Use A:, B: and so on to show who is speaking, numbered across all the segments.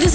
A: this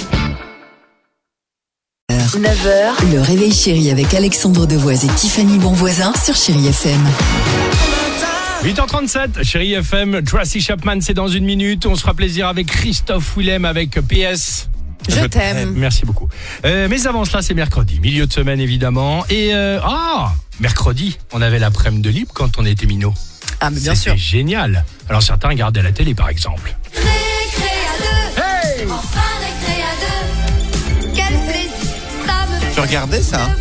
B: 9h, le réveil chéri avec Alexandre Devoise et Tiffany Bonvoisin sur Chérie FM.
C: 8h37, chérie FM, Tracy Chapman, c'est dans une minute. On se fera plaisir avec Christophe Willem avec PS.
D: Je t'aime.
C: Merci beaucoup. Euh, mais avant cela, c'est mercredi, milieu de semaine évidemment. Et euh, ah, mercredi, on avait l'après-midi de libre quand on était minot.
D: Ah, mais bien
C: C'était
D: sûr.
C: génial. Alors certains regardaient la télé par exemple.
D: Tu regardais ça hein?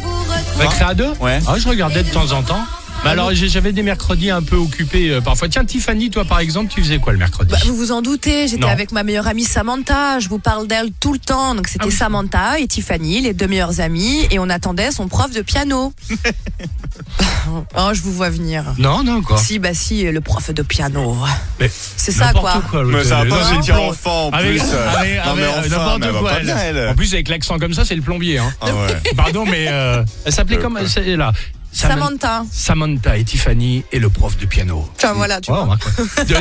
C: Récréa 2
D: Ouais.
C: Ah, je regardais de temps en temps. Mais alors j'ai- j'avais des mercredis un peu occupés euh, parfois. Tiens Tiffany, toi par exemple, tu faisais quoi le mercredi
D: Bah, vous vous en doutez, j'étais
C: Non.
D: avec ma meilleure amie Samantha. Je vous parle d'elle tout le temps. Donc c'était
C: Ah oui.
D: Samantha et Tiffany, les deux meilleures amies, et on attendait son prof de piano. oh, je vous vois venir.
C: Non, non quoi.
D: Si, bah si, le prof de piano.
C: Mais
D: C'est ça,
C: n'importe
D: quoi.
C: l'autre,
E: Mais ça
C: euh,
E: va pas,
C: non,
E: c'est une
C: non,
E: dire
C: non.
E: enfant en
C: Avec-
E: plus. euh,
C: avec-
E: Non mais
C: avec
E: enfin,
C: n'importe
E: mais elle va
C: quoi,
E: pas
C: elle.
E: bien
C: En
E: elle.
C: plus, avec l'accent comme ça, c'est le plombier. Hein.
E: Ah ouais.
C: Pardon, mais euh, elle s'appelait comme c'est là. Sam-
D: Samantha.
C: Samantha et Tiffany et le prof de piano.
D: Enfin voilà, tu
C: Ouais,
D: vois.
C: remarque, ouais. De- de-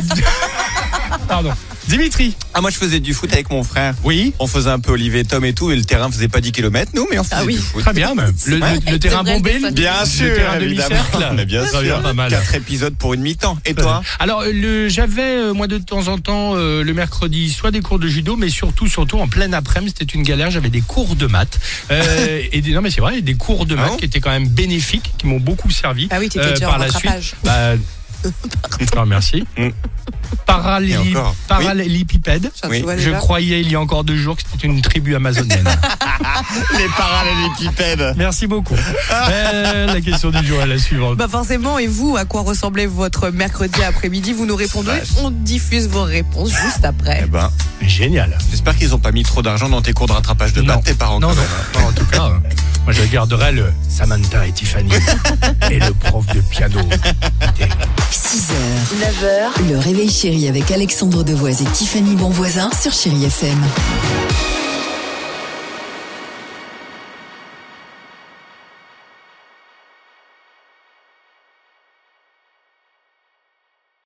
C: Pardon. Dimitri.
E: Ah moi je faisais du foot avec mon frère.
C: Oui.
E: On faisait un peu Olivier Tom et tout et le terrain faisait pas 10 km nous mais on faisait
D: oui.
E: du foot.
C: Très bien, même. Le, le- le terrain
D: vrai,
C: bombé.
D: c'est
C: le-
D: ça.
E: Bien
C: le
E: sûr,
C: terrain
E: évidemment.
C: demi-cercle.
E: Mais bien
C: Très
E: sûr.
C: pas mal.
E: Quatre épisodes pour une mi-temps. Et toi
C: Alors, le, j'avais, euh, moi, de temps en temps, euh, le mercredi, soit des cours de judo, mais surtout, surtout, en pleine après-midi, c'était une galère. J'avais des cours de maths. Euh, et des, non, mais c'est vrai, des cours de
E: Ah
C: maths
E: bon
C: qui étaient quand même bénéfiques, qui m'ont beaucoup servi. Euh,
D: Ah oui, t'étais déjà en
C: par la
D: rattrapage.
C: suite. Bah, non, merci.
E: Mm.
C: Paralli-
E: Et encore.
C: Parallélépipède.
D: Ça, tu
E: Oui,
D: vois,
C: Je
D: déjà.
C: croyais il y a encore deux jours que c'était une tribu amazonienne.
E: Les parallélépipèdes.
C: Merci beaucoup. Euh, la question du jour est la suivante.
D: Bah forcément, et vous, à quoi ressemblait votre mercredi après-midi Vous nous répondez, on diffuse vos réponses juste
E: Eh
D: après.
E: ben,
C: Génial.
E: j'espère qu'ils ont pas mis trop d'argent dans tes cours de rattrapage de
C: Non.
E: maths, tes parents.
C: Non,
E: quand
C: non,
E: même.
C: non, en tout cas, euh, moi je garderai le Samantha et Tiffany et le prof de piano.
B: 6h, 9h, le réveil chéri avec Alexandre Devoise et Tiffany Bonvoisin sur Chérie FM.